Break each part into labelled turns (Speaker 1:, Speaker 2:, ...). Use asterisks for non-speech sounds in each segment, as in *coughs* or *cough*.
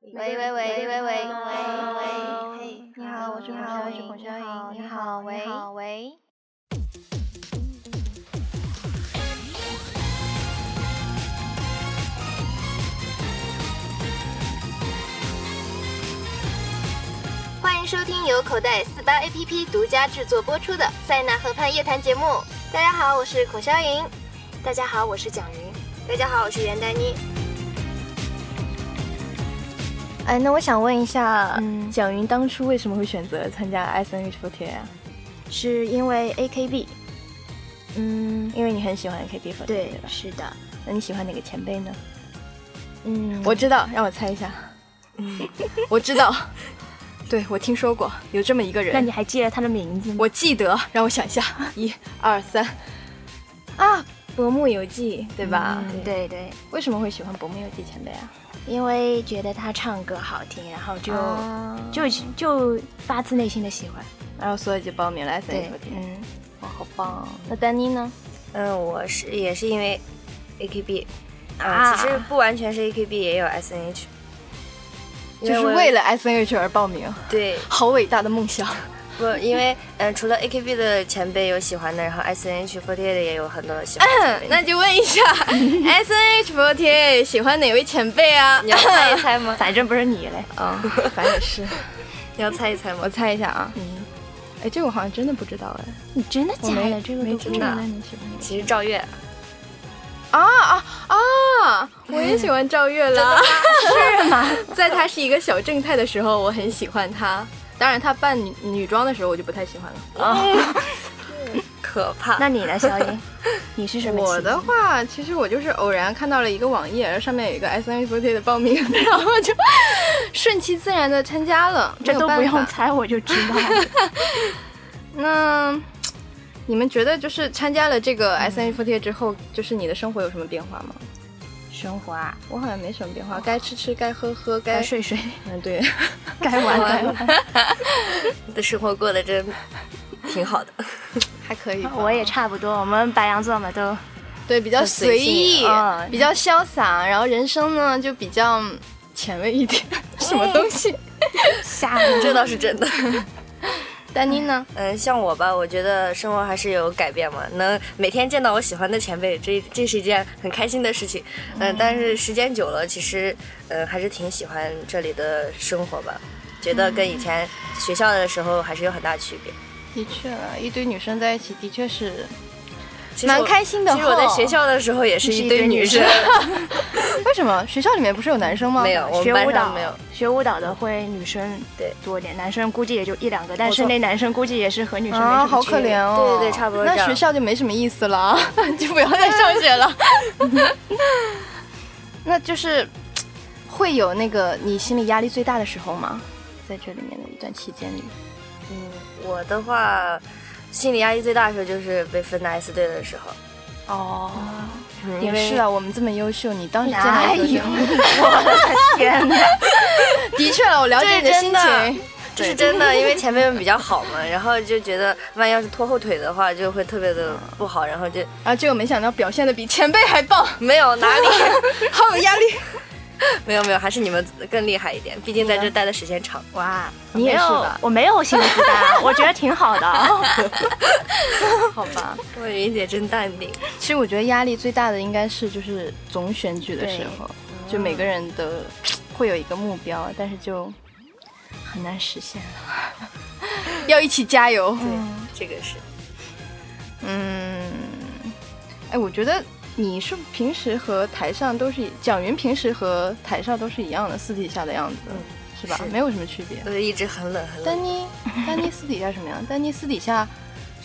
Speaker 1: 喂喂喂喂喂喂
Speaker 2: 喂
Speaker 1: 嘿，
Speaker 2: 你好我
Speaker 1: 你
Speaker 2: 是孔
Speaker 1: 好，我
Speaker 2: 秀
Speaker 1: 是
Speaker 2: 莹
Speaker 1: 孔
Speaker 2: 你
Speaker 1: 秀
Speaker 2: 好
Speaker 1: 莹，
Speaker 2: 你
Speaker 1: 你
Speaker 2: 好
Speaker 1: 好，
Speaker 2: 你
Speaker 1: 喂
Speaker 2: 好
Speaker 1: 喂。
Speaker 3: 欢迎收听由口袋四八 APP 独家制作播出的《塞纳河畔夜谈》节目。大家好，我是孔霄莹。大家好，我是蒋云。大家好，我是袁丹妮。
Speaker 1: 哎，那我想问一下，
Speaker 2: 嗯
Speaker 1: 蒋云当初为什么会选择参加 S N H 4 T 啊？
Speaker 2: 是因为 AKB，嗯，
Speaker 1: 因为你很喜欢 K B 4 T
Speaker 2: 对
Speaker 1: 对，吧？
Speaker 2: 是的，
Speaker 1: 那你喜欢哪个前辈呢？
Speaker 2: 嗯，
Speaker 1: 我知道，让我猜一下。我知道，对我听说过有这么一个人。
Speaker 2: 那你还记得他的名字吗？
Speaker 1: 我记得，让我想一下，一二三，啊，薄暮游记，对吧？
Speaker 2: 嗯，对对，
Speaker 1: 为什么会喜欢薄暮游记前辈啊？
Speaker 2: 因为觉得他唱歌好听，然后就、
Speaker 1: 啊
Speaker 2: 就就发自内心的喜欢。
Speaker 1: 然后所以就报名了 S N
Speaker 2: 对
Speaker 1: H 4 T。
Speaker 2: 嗯，
Speaker 1: 哇，好棒哦！那丹妮呢？
Speaker 4: 嗯，我是也是因为 AKB 啊，
Speaker 2: 啊？
Speaker 4: 其实不完全是 AKB，也有 SNH，因
Speaker 1: 就是
Speaker 4: 我
Speaker 1: 为了 S N H 而报名，
Speaker 4: 对
Speaker 1: 好伟大的梦想！
Speaker 4: 不，因为嗯，除了 AKB 的前辈有喜欢的，然后 SNH48 也有很多喜欢的前辈。
Speaker 1: 嗯那就问 *laughs* 一下 S N H 4 T 喜欢哪位前辈啊
Speaker 4: 你？要猜一猜吗
Speaker 2: *laughs*
Speaker 4: 哦
Speaker 2: 反正不是你嘞。
Speaker 4: *laughs*
Speaker 1: 啊、反正也是，
Speaker 4: 你要猜一猜吗
Speaker 1: 我？猜一下啊。嗯，哎，这个我好像真的不知道哎，
Speaker 2: 你真的
Speaker 1: 我
Speaker 2: 假
Speaker 1: 没
Speaker 2: 的？这个
Speaker 1: 没
Speaker 2: 都
Speaker 1: 听
Speaker 2: 不
Speaker 1: 过
Speaker 2: 知道
Speaker 1: 那。你喜欢哪个？
Speaker 4: 其实赵月
Speaker 1: 啊啊啊！我也喜欢赵月 *laughs* 啦，是吗？ *laughs* 在她是一个小正太的时候，我很喜欢她。当然，她扮女女装的时候，我就不太喜欢了。
Speaker 4: 可怕，
Speaker 2: 那你呢，小颖？你是什么？
Speaker 1: 我的，话，其实我就是偶然看到了一个网页，上面有一个 S N F T 的报名， *laughs* 然后就顺其自然的参加了。
Speaker 2: 这
Speaker 1: 没有
Speaker 2: 都
Speaker 1: 办
Speaker 2: 不用
Speaker 1: 法
Speaker 2: 猜，我就知道了。
Speaker 4: *laughs*
Speaker 1: 那你们觉得，就是参加了这个 S N F T 之后，就是你的生活有什么变化吗？
Speaker 2: 生活啊，
Speaker 1: 我好像没什么变化，该吃吃，该喝喝，该
Speaker 2: 该睡睡，
Speaker 1: 嗯，
Speaker 2: *laughs*
Speaker 1: 对，
Speaker 2: 该玩该玩。
Speaker 4: 你 *laughs* 的生活过得真挺好的。
Speaker 1: 还可以吧。
Speaker 2: 我也差不多，我们白羊座嘛都
Speaker 1: 对，比较随意，
Speaker 2: 随性嗯
Speaker 1: 比较潇洒，然后人生呢就比较前卫一点， *laughs* 什么东
Speaker 2: 嗯
Speaker 1: 西？
Speaker 2: 瞎。
Speaker 4: *laughs* 这倒是真的。
Speaker 1: *laughs* 丹妮呢？
Speaker 4: 嗯，像我吧，我觉得生活还是有改变嘛，能每天见到我喜欢的前辈，这这是一件很开心的事情。嗯，但是时间久了，其实嗯还是挺喜欢这里的生活吧，觉得跟以前学校的时候还是有很大区别。
Speaker 1: 的确，啊一堆女生在一起的确是
Speaker 4: 其实
Speaker 1: 蛮
Speaker 4: 我
Speaker 1: 开心的。
Speaker 4: 其实我在学，校的时候也是
Speaker 2: 是
Speaker 4: 一
Speaker 2: 一
Speaker 4: 堆
Speaker 2: 堆
Speaker 4: 女
Speaker 2: 女
Speaker 4: 生，
Speaker 1: *laughs* 为什么学校里面不是有男生吗？
Speaker 4: 没有，我们
Speaker 2: 学
Speaker 4: 班
Speaker 2: 舞
Speaker 4: 上
Speaker 2: 蹈
Speaker 4: 没有。，
Speaker 2: 学舞蹈的会女生
Speaker 4: 对
Speaker 2: 多一点，男生估计也就一两个，但是
Speaker 4: 错
Speaker 2: 那男生估计也是和女生没
Speaker 1: 啊，
Speaker 2: 什么
Speaker 1: 好
Speaker 2: 区
Speaker 1: 可
Speaker 2: 别
Speaker 1: 怜哦。
Speaker 4: 对对差不多这
Speaker 1: 那
Speaker 4: 样
Speaker 1: 学校就没什么意思了 *laughs* 啊，就不要再上学了。 *laughs* 那就是会有那个你心里压力最大的时候吗？在这里面的一段期间里，
Speaker 4: *laughs* 嗯，我的话，心理压力最大的时候就是被分到 S 队的时候，
Speaker 1: 哦。
Speaker 4: 嗯因
Speaker 1: 也
Speaker 4: 为哎
Speaker 1: 是啊，我们这么优秀，你当时见
Speaker 2: 哪
Speaker 1: 到
Speaker 2: 有？
Speaker 1: 一个
Speaker 2: 我的天哪！
Speaker 1: *laughs* 的确了，我了解你的心
Speaker 4: 这是
Speaker 1: 情。
Speaker 4: 这是真的，因为前辈们比较好嘛，然后就觉得万一要是拖后腿的话，就会特别的不好，然后就
Speaker 1: 然后啊结果没想到表现的比前辈还棒，
Speaker 4: 没有哪里，
Speaker 1: 好有压力。
Speaker 4: 没有没有，还是你们更厉害一点，毕竟在这待的时间长。
Speaker 2: 哇，
Speaker 1: 你也是
Speaker 2: 没有
Speaker 1: 吧
Speaker 2: 我没有心理负担，啊我觉得挺好的。
Speaker 1: 好吧，
Speaker 4: 哇，云姐真淡定，
Speaker 1: 其实我觉得压力最大的应该是就是总选举的时候，就每个人的
Speaker 4: 嗯
Speaker 1: 会有一个目标，但是就很难实现 *laughs* 了。要一起加油。
Speaker 4: 对，这个是
Speaker 1: 嗯，哎，我觉得你是不是平时和台上都是一蒋云平时和台上都是一样的，私底下的样子、是吧？
Speaker 4: 嗯是
Speaker 1: 没有什么区别。
Speaker 4: 都一直很冷很冷。
Speaker 1: 丹妮，丹妮私底下什么样？丹妮私底下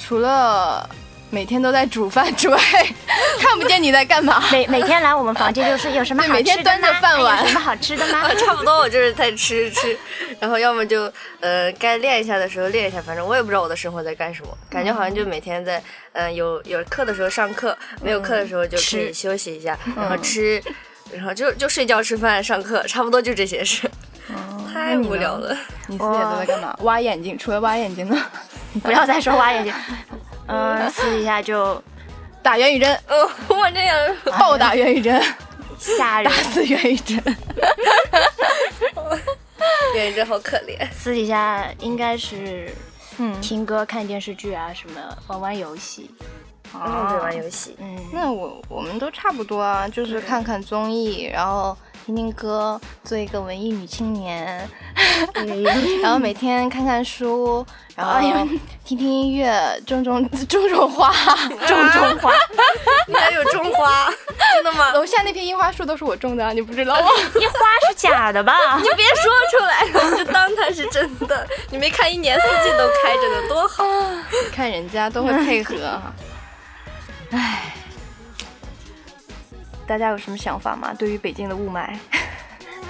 Speaker 1: 除了每天都在煮饭之外， *laughs* 看不见你在干嘛。
Speaker 2: 每每天来我们房间就是有什么
Speaker 1: 对
Speaker 2: 好吃的吗？
Speaker 1: 每天端着饭碗
Speaker 2: 哎有什么好吃
Speaker 4: *laughs*
Speaker 2: 的吗？
Speaker 4: 啊差不多，我就是在吃吃，然后要么就呃该练一下的时候练一下，反正我也不知道我的生活在干什么，感觉好像就每天在嗯、呃有有课的时候上课，没有课的时候就可以休息一下，然后吃，然后就就睡觉、吃饭、上课，差不多就这些事， *laughs* 太无聊了。
Speaker 1: 你私底下都在干嘛？挖眼睛，除了挖眼睛呢？ *laughs*
Speaker 2: 不要再说挖眼睛。嗯，私底下就
Speaker 1: 打元宇针，
Speaker 4: 嗯、我这样
Speaker 1: 暴打元宇针， *laughs*
Speaker 2: 吓
Speaker 1: 打，
Speaker 2: 人
Speaker 1: 死元宇针。
Speaker 4: 远真好可怜。
Speaker 2: 私底下应该是
Speaker 1: 嗯，
Speaker 2: 听歌、看电视剧啊，什么玩玩游戏。
Speaker 4: 嗯，对，
Speaker 1: 啊
Speaker 4: 玩游戏。
Speaker 2: 嗯，
Speaker 1: *laughs* 那我我们都差不多啊，就是看看综艺，然后听听歌，做一个文艺女青年， *laughs* 然后每天看看书，然后听听音乐，种种种种花，种种花。
Speaker 4: 你还有种花，真的吗？
Speaker 1: 楼下那片樱花树都是我种的啊，你不知道吗？
Speaker 2: 樱花是假的吧？
Speaker 4: 别说出来了，我们就当它是真的。你没看一年四季都开着呢，多好！
Speaker 1: 你看人家 *laughs* 都会配合啊。唉，大家有什么想法吗？对于北京的雾霾？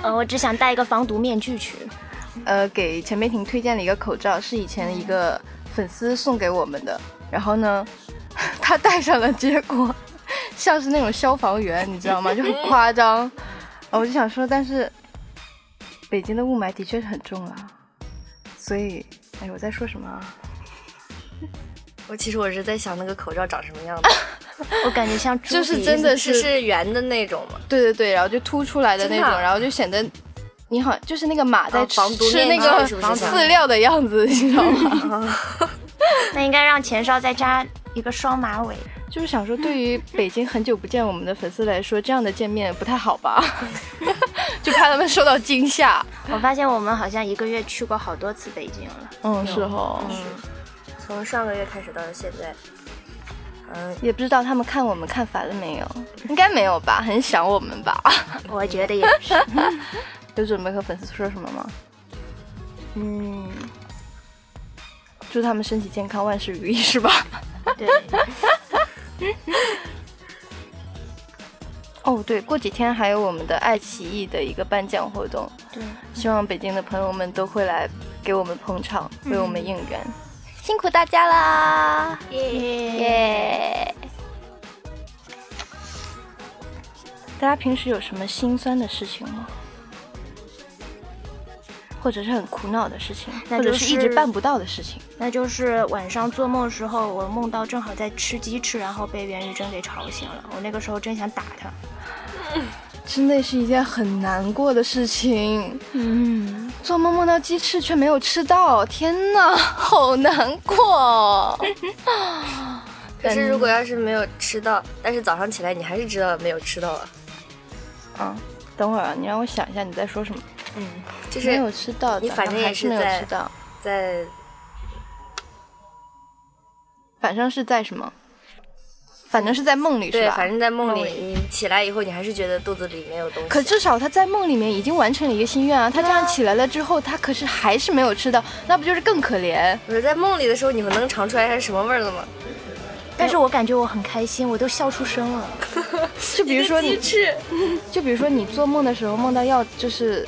Speaker 2: 呃，我只想戴一个防毒面具去。
Speaker 1: *laughs* 呃，给陈佩婷推荐了一个口罩，是以前一个粉丝送给我们的。然后呢， *laughs* 她戴上了，结果 *laughs* 像是那种消防员，你知 *laughs* 道吗？就很夸张。啊我就想说，但是北京的雾霾的确是很重啊，所以，哎，我在说什么啊？
Speaker 4: 我其实我是在想那个口罩长什么样子，
Speaker 2: 我感觉 *laughs* 像猪
Speaker 1: 就是
Speaker 2: 鼻
Speaker 1: 真的
Speaker 4: 是是圆的那种吗？
Speaker 1: 对对对，然后就凸出来的那
Speaker 4: 真的
Speaker 1: 种，
Speaker 4: 啊
Speaker 1: 然后就显得你好，就是那个马在
Speaker 4: 啊
Speaker 1: 吃,、
Speaker 4: 防毒
Speaker 1: 吃
Speaker 4: 面
Speaker 1: 那
Speaker 4: 具
Speaker 1: 个
Speaker 4: 是不是
Speaker 1: 饲料的样
Speaker 4: *laughs*
Speaker 1: 子，你知道吗？ *laughs*
Speaker 2: 那应该让钱少再扎一个双马尾。
Speaker 1: 就是想说，对于北京很久不见我们的粉丝来说，这样的见面不太好吧？ *laughs* 就怕他们受到惊吓。
Speaker 2: 我发现我们好像一个月去过好多次北京了。
Speaker 1: 嗯，是哦，
Speaker 4: 从上个月开始到现在，嗯，
Speaker 1: 也不知道他们看我们看烦了没有，应该没有吧？很想我们吧？ *laughs*
Speaker 2: 我觉得也是。
Speaker 1: 有准备和粉丝说什么吗？
Speaker 2: 嗯，
Speaker 1: 祝他们身体健康，万事如意，是吧？
Speaker 2: 对，
Speaker 1: 哦，对，过几天还有我们的爱奇艺的一个颁奖活动，
Speaker 2: 对，
Speaker 1: 希望北京的朋友们都会来给我们捧场，为我们应援，嗯辛苦大家啦！
Speaker 2: *laughs*
Speaker 1: 耶！大家平时有什么心酸的事情吗？或者是很苦恼的事情，
Speaker 2: 那
Speaker 1: 或者
Speaker 2: 就是
Speaker 1: 一直办不到的事情？
Speaker 2: 那就是晚上做梦时候，我梦到正好在吃鸡翅，然后被袁宇珍给吵醒了。我那个时候真想打他。
Speaker 1: 真的是一件很难过的事情。
Speaker 2: 嗯，
Speaker 1: 做梦梦到鸡翅却没有吃到，天哪，好难过哦！
Speaker 4: 可是如果要是没有吃到，但是早上起来你还是知道没有吃到啊，
Speaker 1: 嗯， *laughs* 等会儿啊，你让我想一下你在说什么。
Speaker 4: 就
Speaker 1: 没
Speaker 4: 是
Speaker 1: 有吃到，
Speaker 4: 你
Speaker 1: 早
Speaker 4: 反
Speaker 1: 上
Speaker 4: 正也
Speaker 1: 还是
Speaker 4: 是
Speaker 1: 没有
Speaker 4: 在
Speaker 1: 吃到，
Speaker 4: 在
Speaker 1: 反正是在什么？反正是在梦里是
Speaker 4: 对，
Speaker 1: 吧？
Speaker 4: 反正在梦
Speaker 2: 梦
Speaker 4: 里，
Speaker 2: 里
Speaker 4: 你起来以后你还是觉得肚子里没有东西。
Speaker 1: 可至少他在梦里面已经完成了一个心愿啊！他这样起来了之后，他可是还是没有吃到，那不就是更可怜？
Speaker 4: 我说在梦里的时候，你能尝出来它是什么味儿了
Speaker 1: *laughs*
Speaker 4: 吗？
Speaker 2: 但是我感觉我很开心，我都笑出声了。
Speaker 1: 就比如说你，
Speaker 4: 翅，
Speaker 1: 就比如说你做梦的时候梦到要就是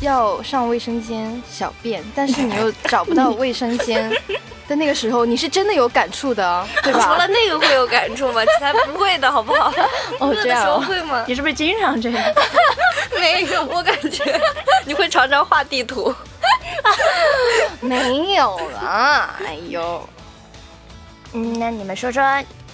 Speaker 1: 要上卫生间小便，但是你又找不到卫生
Speaker 4: *laughs*
Speaker 1: 间的那个时候，你是真的有感触的啊，对
Speaker 4: 除了
Speaker 1: 吧？
Speaker 4: 那个会有感触吗？其他不会的好不好？
Speaker 1: *laughs*
Speaker 4: *laughs*
Speaker 1: 哦，
Speaker 4: 饿
Speaker 1: 这
Speaker 4: 的时
Speaker 1: 样
Speaker 4: 候
Speaker 1: 哦，
Speaker 4: 会
Speaker 1: *laughs*
Speaker 4: 吗？
Speaker 2: 你是不是经常这样？
Speaker 4: 没有，我感觉 *laughs* 你会常常画地图。
Speaker 1: 没有啦，哎呦。
Speaker 2: 嗯，那你们说说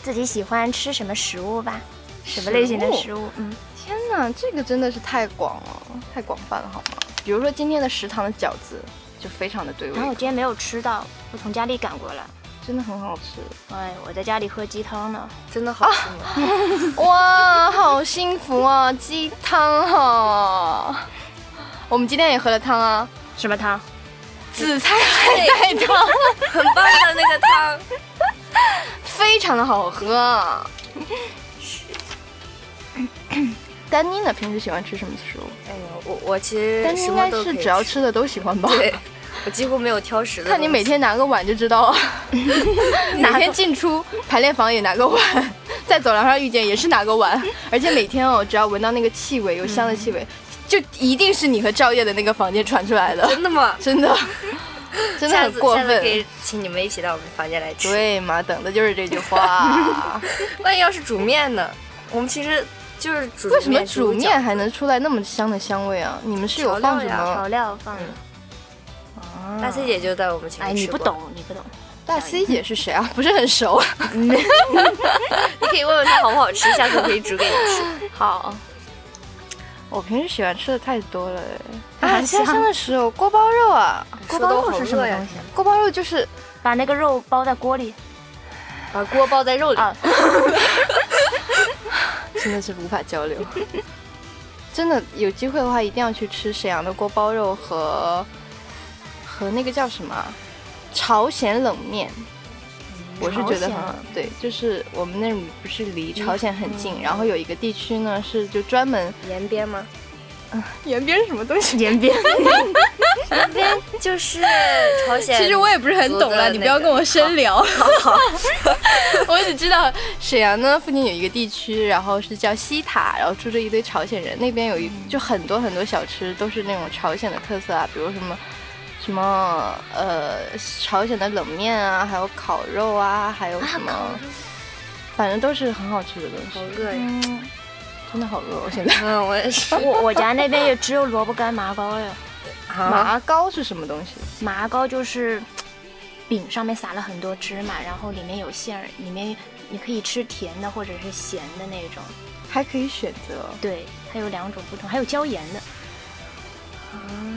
Speaker 2: 自己喜欢吃什么食物吧？什么类型的食物？嗯，
Speaker 1: 天哪，这个真的是太广了，太广泛了，好吗？比如说今天的食堂的饺子就非常的对味
Speaker 2: 然后我
Speaker 1: 口，
Speaker 2: 今天没有吃到，我从家里赶过来。
Speaker 1: 真的很好吃。
Speaker 2: 哎，我在家里喝鸡汤呢。
Speaker 4: 真的好吃吗？
Speaker 1: *laughs* 哇，好幸福啊！鸡汤哈、我们今天也喝了汤啊，
Speaker 2: 什么汤？
Speaker 1: 紫菜海带汤，
Speaker 4: 很棒的那个汤，
Speaker 1: 非常的好喝啊。丹妮呢？平时喜欢吃什么食物？
Speaker 4: 哎呦，我我其实
Speaker 1: 丹妮
Speaker 4: 什
Speaker 1: 应
Speaker 4: 么
Speaker 1: 该
Speaker 4: 都可
Speaker 1: 是
Speaker 4: 以
Speaker 1: 只要吃的都喜欢吧？
Speaker 4: 对，我几乎没有挑食的东西。
Speaker 1: 看你每天拿个碗就知道 *laughs* 啊，哪天进出排练房也拿个碗，在走廊上遇见也是拿个碗，而且每天哦，只要闻到那个气味，有香的气味，就一定是你和赵烨的那个房间传出来的，
Speaker 4: 真的吗？
Speaker 1: 真的，真的
Speaker 4: 下
Speaker 1: 很
Speaker 4: 次
Speaker 1: 过
Speaker 4: 下次可
Speaker 1: 分。
Speaker 4: 以请你们一起到我们房间来吃。
Speaker 1: 对嘛，等的就是这句 *laughs* 话。
Speaker 4: 万一要是煮面呢？我们其实就是煮
Speaker 1: 为什么煮
Speaker 4: 饺
Speaker 1: 面还能出来那么香的香味啊？你们是有放
Speaker 4: 调
Speaker 1: 什
Speaker 4: 料呀
Speaker 1: 么？
Speaker 2: 调料放的。
Speaker 1: 啊
Speaker 4: 大 C 姐就在我们群
Speaker 2: 嗯哎，
Speaker 4: 里
Speaker 2: 你
Speaker 4: 吃
Speaker 2: 不
Speaker 4: 过，
Speaker 2: 懂，你不懂。
Speaker 1: 大 C 姐是谁啊？ *laughs* 不是很熟。 *laughs*
Speaker 4: 你可以问问她好不好吃，下次我可以煮给你吃。
Speaker 1: 好，我平时喜欢吃的太多了哎。
Speaker 2: 啊
Speaker 1: *laughs* 啊，家乡的时候锅包肉啊，
Speaker 4: 说
Speaker 2: 锅
Speaker 4: 得
Speaker 2: 包
Speaker 4: 我
Speaker 2: 肉
Speaker 4: 好
Speaker 2: 是什么
Speaker 4: 饿呀
Speaker 2: 东西？
Speaker 1: 锅包肉就是
Speaker 2: 把那个肉包在锅里
Speaker 4: 把锅 *laughs* 包在肉里。
Speaker 2: 啊，
Speaker 1: 真的是无法交流。真的有机会的话，一定要去吃沈阳的锅包肉和和那个叫什么啊朝鲜冷面。我是觉得很
Speaker 2: 朝
Speaker 1: 好对，就是我们那里不是离朝鲜很近，然后有一个地区呢是就专门
Speaker 4: 延边吗？
Speaker 1: 延边什么东西？
Speaker 2: 延边。
Speaker 1: *laughs*
Speaker 4: 就是朝鲜。
Speaker 1: 其实我也不是很懂了，你不要跟我深聊。 *laughs* 我只知道沈阳呢附近有一个地区，然后是叫西塔，然后住着一堆朝鲜人，那边有一就很多很多小吃都是那种朝鲜的特色啊，比如什么。什么呃，朝鲜的冷面啊，还有烤肉啊，还有什么，反正都是很好吃的东
Speaker 4: 好
Speaker 1: 西。
Speaker 4: 饿呀！
Speaker 1: 嗯，真的好饿，我现在。
Speaker 4: 嗯，我也 *laughs* 是。
Speaker 2: 我我家那边也只有萝卜干麻糕了。
Speaker 4: 啊，
Speaker 1: 麻糕是什么东西？
Speaker 2: 麻糕就是饼上面撒了很多芝麻，然后里面有馅儿，里面你可以吃甜的或者是咸的那种。
Speaker 1: 还可以选择。
Speaker 2: 对，它有两种不同，还有椒盐的，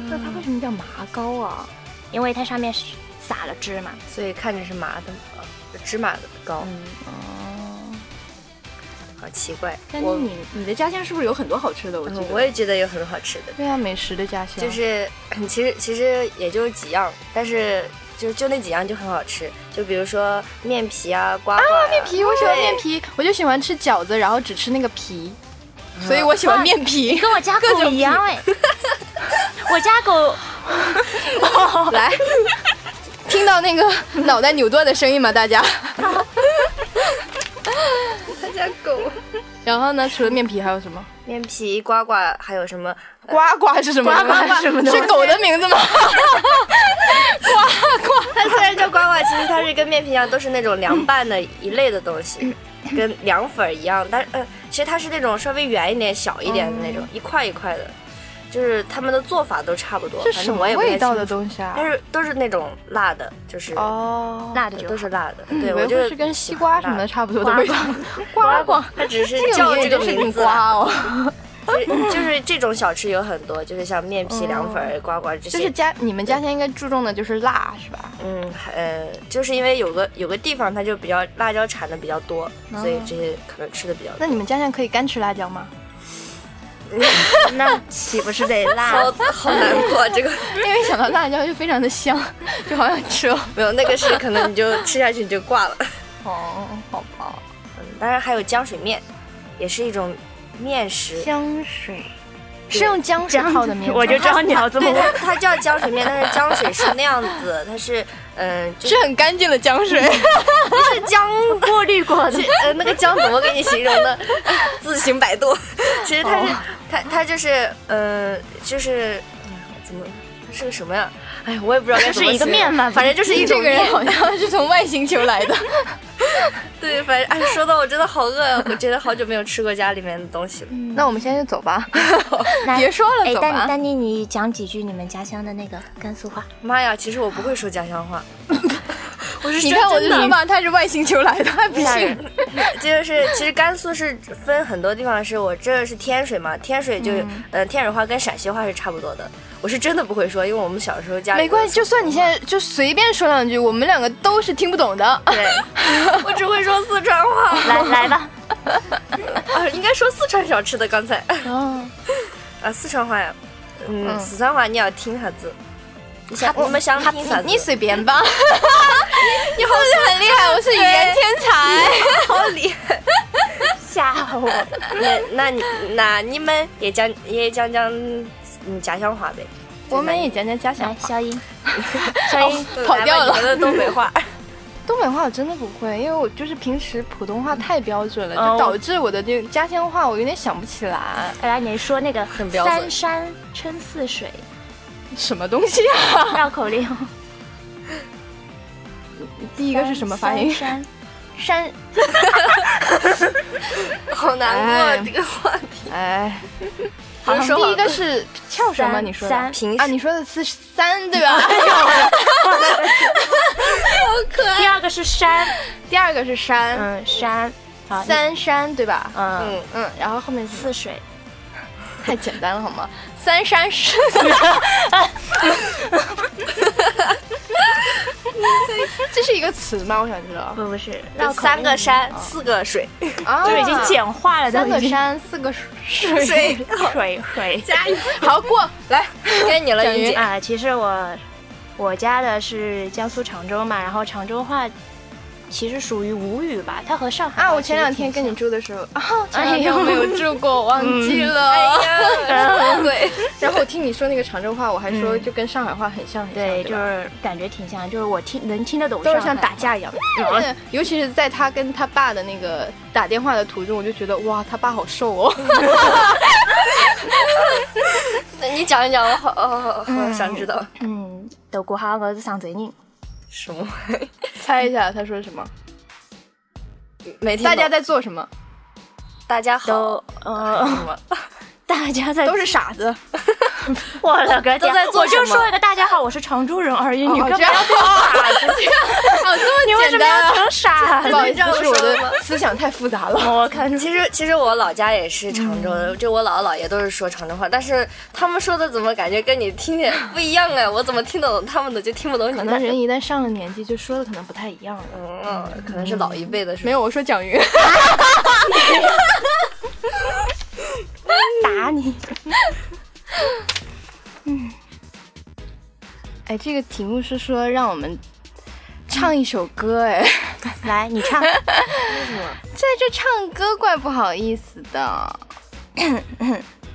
Speaker 1: 那它为什么叫麻糕啊？
Speaker 2: 因为它上面是撒了芝麻。
Speaker 4: 所以看着是麻的，呃芝麻的糕，
Speaker 1: 嗯哦
Speaker 4: 好奇怪。
Speaker 1: 但是
Speaker 4: 我
Speaker 1: 你你的家乡是不是有很多好吃的？我记得。
Speaker 4: 嗯我也觉得有很多好吃的，
Speaker 1: 对啊，美食的家乡
Speaker 4: 就是 *clears throat* 其实其实也就几样，但是就就那几样就很好吃，就比如说面皮啊、瓜瓜啊，面
Speaker 1: 皮，我喜欢面皮，我就喜欢吃饺子，然后只吃那个皮，所以我喜欢面皮。
Speaker 2: *laughs* 跟我家
Speaker 1: 各
Speaker 2: 狗
Speaker 1: 种
Speaker 2: 一样哎，我家狗
Speaker 1: *laughs* 来， *laughs* 听到那个 *laughs* 脑袋扭断的声音吗？大家？
Speaker 4: 他家狗，
Speaker 1: 然后呢？除了面皮还有什么？
Speaker 4: 面皮、瓜瓜，还有什么？
Speaker 1: 呱呱是什么？
Speaker 2: 呱呱是什么东西
Speaker 1: 是狗的名字吗？
Speaker 4: 它虽然叫瓜瓜，其实它是跟面皮一样，都是那种凉拌的一类的东西，
Speaker 1: 嗯
Speaker 4: 跟凉粉儿一样，但是呃，其实它是那种稍微圆一点、小一点的那种，
Speaker 1: 哦
Speaker 4: 一块一块的，就是他们的做法都差不多，
Speaker 1: 是
Speaker 4: 反
Speaker 1: 什
Speaker 4: 正
Speaker 1: 么
Speaker 4: 我也不太
Speaker 1: 味道的
Speaker 4: 清楚
Speaker 1: 东西啊
Speaker 4: 但？是都是那种辣的，就是
Speaker 1: 哦，嗯
Speaker 2: 辣的就
Speaker 4: 都
Speaker 2: 好
Speaker 4: 是辣的，
Speaker 1: 以
Speaker 4: 对我
Speaker 1: 为
Speaker 4: 就
Speaker 1: 会是跟西瓜什么的差不多的
Speaker 2: 呱呱
Speaker 1: 味道。 *laughs* 呱呱，
Speaker 4: 它只是
Speaker 1: 这
Speaker 4: 叫
Speaker 1: 个
Speaker 4: 这
Speaker 1: 名字
Speaker 4: 个
Speaker 1: 就是
Speaker 4: 名
Speaker 1: 跟
Speaker 4: 字
Speaker 1: 呱 *laughs*
Speaker 4: 啦，
Speaker 1: 哦。
Speaker 4: 就是就是这种小吃有很多，就是像面皮、
Speaker 2: 哦
Speaker 4: 凉粉儿、瓜瓜这
Speaker 1: 就是
Speaker 4: 些。
Speaker 1: 家你们家乡应该注重的就是辣是吧？
Speaker 4: 嗯，呃，就是因为有个有个地方它就比较辣椒产的比较多，
Speaker 2: 哦
Speaker 4: 所以这些可能吃的比较多。
Speaker 1: 那你们家乡可以干吃辣椒吗？
Speaker 2: 那岂不是得辣
Speaker 4: 好？好难过，这个
Speaker 1: 因为想到辣椒就非常的香，就好想吃哦。
Speaker 4: 没有那个是可能你就吃下去你就挂了。
Speaker 1: 哦，好吧。
Speaker 4: 嗯，当然还有浆水面，也是一种面食，
Speaker 2: 香水，
Speaker 1: 是用姜水
Speaker 2: 这样
Speaker 1: 泡的面吗，
Speaker 2: 我 *laughs* 就知道你要这么
Speaker 4: 对
Speaker 2: 问。
Speaker 4: 它它叫浆水面，但是浆水是那样子，它是嗯、就是
Speaker 1: 很干净的姜水，
Speaker 4: 是浆过滤过的，呃，那个浆怎么给你形容呢？ *laughs* 自行百度。其实它是、它它就是呃就是哎呀怎么它是个什么呀？哎，我也不知道该
Speaker 2: 就
Speaker 4: 怎
Speaker 2: 是
Speaker 4: 么
Speaker 2: 一个
Speaker 4: 形容
Speaker 2: 面嘛，
Speaker 4: 反正就是一种
Speaker 1: 这个人
Speaker 4: 面
Speaker 1: 好像是从外星球来的。
Speaker 4: *laughs* 对，反正哎，说到我真的好饿呀， *laughs* 我觉得好久没有吃过家里面的东西了。
Speaker 1: 那我们现在就走吧，
Speaker 2: 那
Speaker 1: 别说了，
Speaker 2: 哎，
Speaker 1: 走
Speaker 2: 丹
Speaker 1: 吧。
Speaker 2: 丹妮，你讲几句你们家乡的那个甘肃话。
Speaker 4: 妈呀，其实我不会说家乡话，我是
Speaker 1: 你
Speaker 4: 说
Speaker 1: 看我就
Speaker 4: 真
Speaker 1: 说
Speaker 4: 的。
Speaker 1: 嘛，他是外星球来的，还不
Speaker 4: 吓
Speaker 1: 信
Speaker 4: 人。 *laughs* 就是其实甘肃是分很多地方，是我这是天水嘛，天水就、
Speaker 1: 嗯
Speaker 4: 呃天水话跟陕西话是差不多的。我是真的不会说，因为我们小时候家里
Speaker 1: 没关系，就算你现在就随便说两句，我们两个都是听不懂的。
Speaker 4: *laughs* 对，我只会说四川话
Speaker 2: 来来吧，
Speaker 4: 啊，应该说四川小吃的。刚才
Speaker 1: 哦，
Speaker 4: *laughs* 啊，四川话呀，嗯，
Speaker 1: 嗯
Speaker 4: 四川话你要听啥子？你想你们想听啥子？
Speaker 1: 你随便吧。你好像很厉害，我是语言天才。
Speaker 4: 好厉害。
Speaker 2: *laughs* 吓我！
Speaker 4: 那那你那你们也讲也讲讲嗯家乡话呗。
Speaker 1: 我们也讲讲家乡
Speaker 2: 来，
Speaker 1: 话。
Speaker 2: 肖 *laughs* 英，肖英，
Speaker 4: 对
Speaker 1: 跑掉了
Speaker 4: 来吧你们的东北
Speaker 1: *laughs*
Speaker 4: 话。
Speaker 1: 东北话我真的不会，因为我就是平时普通话太标准了，
Speaker 2: 嗯
Speaker 1: 就导致我的这个家乡话我有点想不起来。
Speaker 2: 来你说那个
Speaker 4: 很标准
Speaker 2: 三山称似水
Speaker 1: 什么东西啊？
Speaker 2: 绕口令，
Speaker 1: 第一个是什么发音？
Speaker 2: 三山山
Speaker 4: 好难
Speaker 1: 哎
Speaker 4: 过啊这个话题。
Speaker 1: 哎，
Speaker 4: 好
Speaker 1: 好，
Speaker 4: 说好
Speaker 1: 第一个是翘舌吗？
Speaker 2: 三
Speaker 1: 你说的
Speaker 2: 三
Speaker 4: 平时
Speaker 1: 啊？你说的是三对吧？
Speaker 2: 第二个是山，嗯
Speaker 1: 第二个是山，
Speaker 2: 嗯，山，好，
Speaker 1: 三山对吧？
Speaker 2: 你，嗯，
Speaker 4: 嗯，
Speaker 1: 嗯，然后后面是
Speaker 2: 似水，
Speaker 1: 太简单了好吗？三山十色， *laughs* 这是一个词吗？我想知道。
Speaker 2: 不不是，
Speaker 4: 就三个山，哦四个 *laughs* 水，
Speaker 1: 啊，
Speaker 2: 就已经简化了，
Speaker 1: 三
Speaker 2: 都
Speaker 1: 个
Speaker 2: 已经
Speaker 1: 山，四个水，
Speaker 4: 水
Speaker 2: 水
Speaker 1: *laughs*
Speaker 2: 水
Speaker 4: 加油！
Speaker 1: 好过来。
Speaker 4: 该你了，
Speaker 1: 整
Speaker 4: 云云。
Speaker 2: 啊、其实我我家的是江苏常州嘛，然后常州话其实属于吴语吧，它和上海
Speaker 1: 啊，
Speaker 2: 话
Speaker 1: 我
Speaker 2: 其
Speaker 1: 前
Speaker 2: 实
Speaker 1: 两天
Speaker 2: 挺
Speaker 1: 跟你
Speaker 2: 像
Speaker 1: 住的时候，啊，前两天我没有住过， *laughs* 忘记了。
Speaker 4: 呀，对，
Speaker 1: 然后我听你说那个常州话，我还说就跟上海话很像，很像
Speaker 2: 对，就
Speaker 1: 吧
Speaker 2: 是感觉挺像，就是我听能听得懂，
Speaker 1: 都是像打
Speaker 2: 架一样。嗯
Speaker 1: 对尤其是在他跟他爸的那个打电话的途中，我就觉得哇，他爸好瘦哦。
Speaker 4: *laughs* 那你讲一讲，我好，哦好好想知道
Speaker 2: 嗯，德国好我是上嘴人，
Speaker 4: 什么？
Speaker 1: *laughs*
Speaker 4: *laughs*
Speaker 1: 猜一下他说什么？
Speaker 4: 每天
Speaker 1: 大家在做什么？
Speaker 4: 大家好嗯
Speaker 2: 都，呃，哦大家在
Speaker 1: 都是傻子。
Speaker 2: *laughs* 我了个天，
Speaker 4: 都在做
Speaker 2: 我就
Speaker 4: 什么
Speaker 2: 说一个大家好，我是常州人而已，
Speaker 1: 哦
Speaker 2: 你干
Speaker 1: 这
Speaker 2: 嘛
Speaker 1: 样
Speaker 2: 要变傻
Speaker 1: *laughs*
Speaker 2: 子？
Speaker 1: 哦，这
Speaker 2: 你为什么要
Speaker 1: 啊？
Speaker 2: 成傻子
Speaker 1: 不？好意思，
Speaker 4: 这
Speaker 1: 不
Speaker 4: 么
Speaker 1: 是我
Speaker 4: 说吗
Speaker 1: 的思想太复杂
Speaker 4: 嗯
Speaker 1: 了。
Speaker 2: 我看出
Speaker 4: 其实其实我老家也是常州的，就我姥姥姥爷都是说常州话，但是他们说的怎么感觉跟你听 *laughs* 见不一样啊？我怎么听得懂他们的就听不懂你的？
Speaker 1: 可能人一旦上了年纪，就说的可能不太一样了。
Speaker 4: 嗯，可能是老一辈的是
Speaker 1: 没
Speaker 4: 吧。
Speaker 1: 有，我说蒋云。
Speaker 2: 打 *laughs* 你。
Speaker 1: 哎，这个题目是说让我们唱一首歌，哎， *laughs*
Speaker 2: 来，你 *laughs* 唱，
Speaker 1: 在这唱歌怪不好意思的。 *coughs*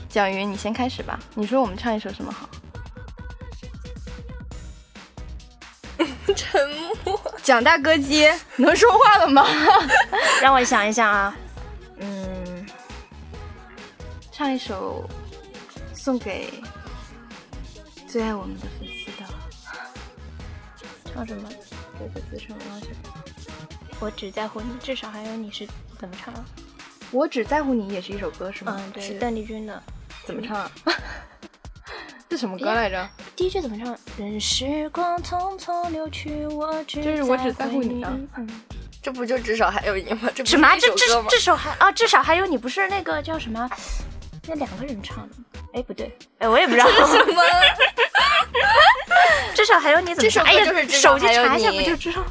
Speaker 1: 蒋云，你先开始吧。你说我们唱一首什么好？ *laughs*
Speaker 4: 沉默。
Speaker 1: 蒋大哥接，能说话了吗？ *laughs*
Speaker 2: 让我想一想啊。嗯，
Speaker 1: 唱一首送给最爱我们的粉丝的。
Speaker 2: 唱什么？
Speaker 1: 这个字是我忘记了
Speaker 2: 我只在乎你，至少还有你是怎么唱啊？
Speaker 1: 我只在乎你也是一首歌是吗？
Speaker 2: 嗯，对，
Speaker 1: 是
Speaker 2: 邓丽君的。
Speaker 1: 怎么唱啊？这什么歌来着？
Speaker 2: 第一句怎么唱？任时光匆匆流去，我只
Speaker 1: 就是我只在乎你啊
Speaker 2: 嗯
Speaker 4: 这不就至少还有你吗？这不
Speaker 2: 什么啊？
Speaker 4: 是一
Speaker 2: 这
Speaker 4: 首歌
Speaker 2: 这
Speaker 4: 吗？ *laughs*
Speaker 2: 这首还啊？至少还有你，不是那个叫什么？啊那两个人唱的吗？哎，不对，哎，我也不知道。
Speaker 4: 什么？
Speaker 2: 至少还有你怎么唱？
Speaker 4: 这
Speaker 2: 哎
Speaker 4: 首歌就
Speaker 2: 呀
Speaker 4: 是，至少
Speaker 2: 手机
Speaker 4: 还有
Speaker 2: 查一下
Speaker 4: 你
Speaker 2: 不就知道？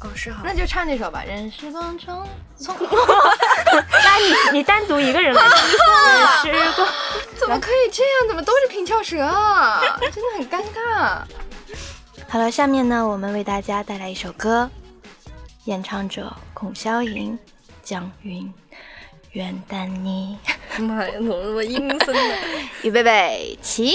Speaker 4: 哦，是好。
Speaker 1: 那就唱这首吧。任时光匆匆，
Speaker 2: 那你你单独一个人来
Speaker 4: *laughs*
Speaker 2: 唱，任时光。
Speaker 1: 怎么可以这样？怎么都是平翘舌啊？真的很尴尬。
Speaker 2: 好了，下面呢，我们为大家带来一首歌，演唱者孔霄莹、蒋云、袁丹妮。
Speaker 4: 妈呀，怎么那么阴森呢？
Speaker 2: 预备备，起！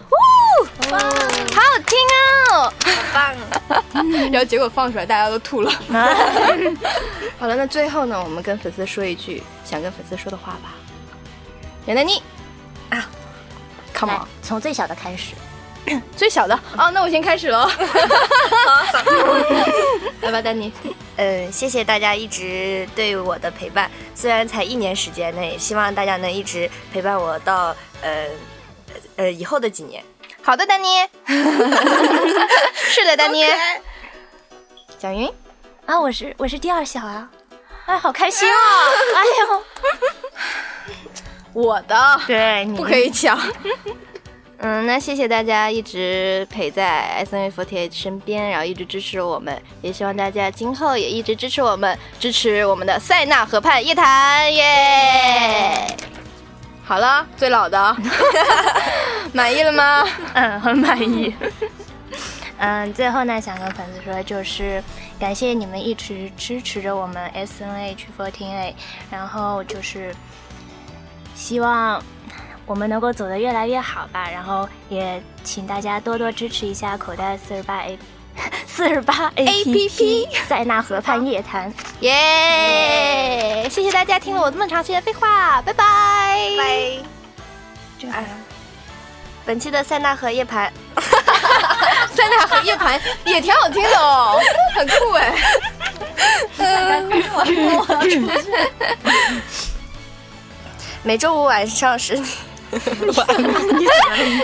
Speaker 1: 好好听哦！
Speaker 4: 好棒啊！
Speaker 1: 然后结果放出来，大家都吐了。 *laughs* 好了，那最后呢，我们跟粉丝说一句想跟粉丝说的话吧。袁丹妮啊，Come on，
Speaker 2: 从最小的开始，
Speaker 1: 最小的哦，那我先开始喽。 *laughs* 来吧，丹妮。
Speaker 4: 嗯，谢谢大家一直对我的陪伴，虽然才一年时间内，希望大家能一直陪伴我到呃呃以后的几年。
Speaker 1: 好的，丹妮。是的，丹妮。蒋云，
Speaker 2: 啊，我是我是第二小啊，哎，好开心啊！哎呦，
Speaker 1: 我的
Speaker 2: 对，你
Speaker 1: 不可以抢。 *laughs* 嗯，那谢谢大家一直陪在 SNF48 身边，然后一直支持我们，也希望大家今后也一直支持我们，支持我们的塞纳河畔夜谈，耶！好了，最老 *laughs* 的，满意了吗？
Speaker 2: 嗯， *laughs* 很满意。嗯，最后呢，想跟粉丝说，就是感谢你们一直支持着我们 S N H fourteen A，然后就是希望我们能够走得越来越好吧。然后也请大家多多支持一下口袋四十八 A *laughs* 四十八 A P *laughs* P 塞纳河畔夜 *laughs* 谈。
Speaker 1: 耶、谢谢大家听了我这么长时间的废话，拜拜
Speaker 4: 拜。
Speaker 2: 这样
Speaker 4: 哎本期的塞纳河夜盘，
Speaker 1: 三大和夜盘也挺好听的哦，很酷哎。
Speaker 4: 每周五晚上十点，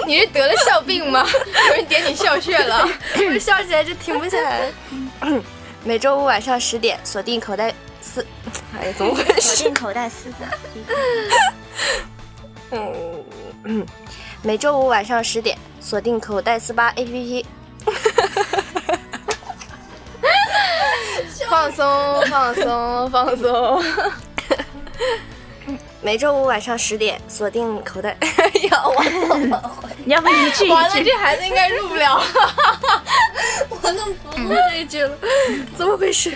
Speaker 1: 你是得了笑
Speaker 4: *laughs*
Speaker 1: 病吗？有人点你笑穴了？
Speaker 4: 我这笑起来就停不下来。每周五晚上十点，锁定口袋四，哎呀，怎么回事？
Speaker 5: 进口袋四的，
Speaker 4: 嗯，每周五晚上十点，锁定口袋四八 APP。
Speaker 1: 放松，放松，放 *laughs* 松。
Speaker 4: 每周五晚上十点，锁定口袋。 *laughs* 哎呀，我
Speaker 2: *laughs* 你要不一句
Speaker 1: 完了，
Speaker 2: 一句，
Speaker 1: 这孩子应该入不了。
Speaker 4: 我弄不过这句了，怎么回事？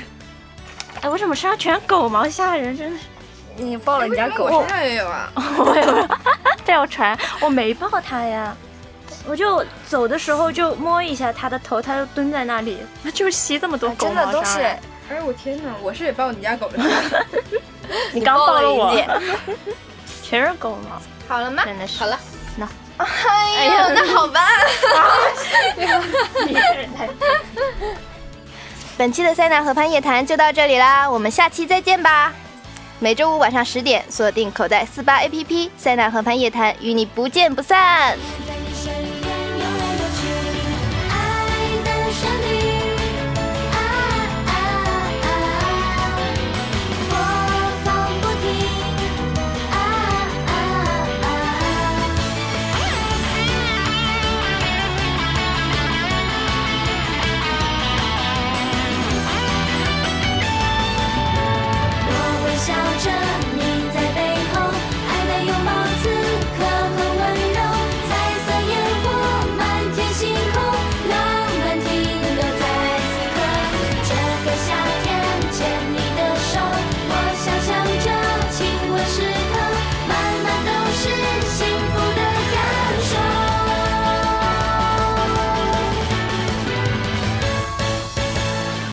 Speaker 2: 哎，我怎么身上全狗毛吓人？真的是，
Speaker 4: 你抱了你家狗？
Speaker 1: 我身上也有啊。
Speaker 2: 我有被我传，我没抱它呀，我就走的时候就摸一下它的头，它就蹲在那里，就是吸这么多狗
Speaker 4: 啊真的
Speaker 2: 毛
Speaker 4: 都
Speaker 2: 上
Speaker 4: 是
Speaker 2: 来。
Speaker 1: 哎，我天哪，我是也抱你家狗了。
Speaker 2: 你刚
Speaker 4: 抱
Speaker 2: 抱了
Speaker 4: 了
Speaker 2: 我
Speaker 4: 云，姐。
Speaker 2: 全是狗毛，
Speaker 1: 好了吗？
Speaker 2: 真的是
Speaker 1: 好。了。
Speaker 4: 哎呀，那好吧。
Speaker 5: *laughs* 本期的塞纳河畔夜谈就到这里啦，我们下期再见吧。每周五晚上十点，锁定口袋四八 APP，塞纳河畔夜谈与你不见不散。
Speaker 6: 在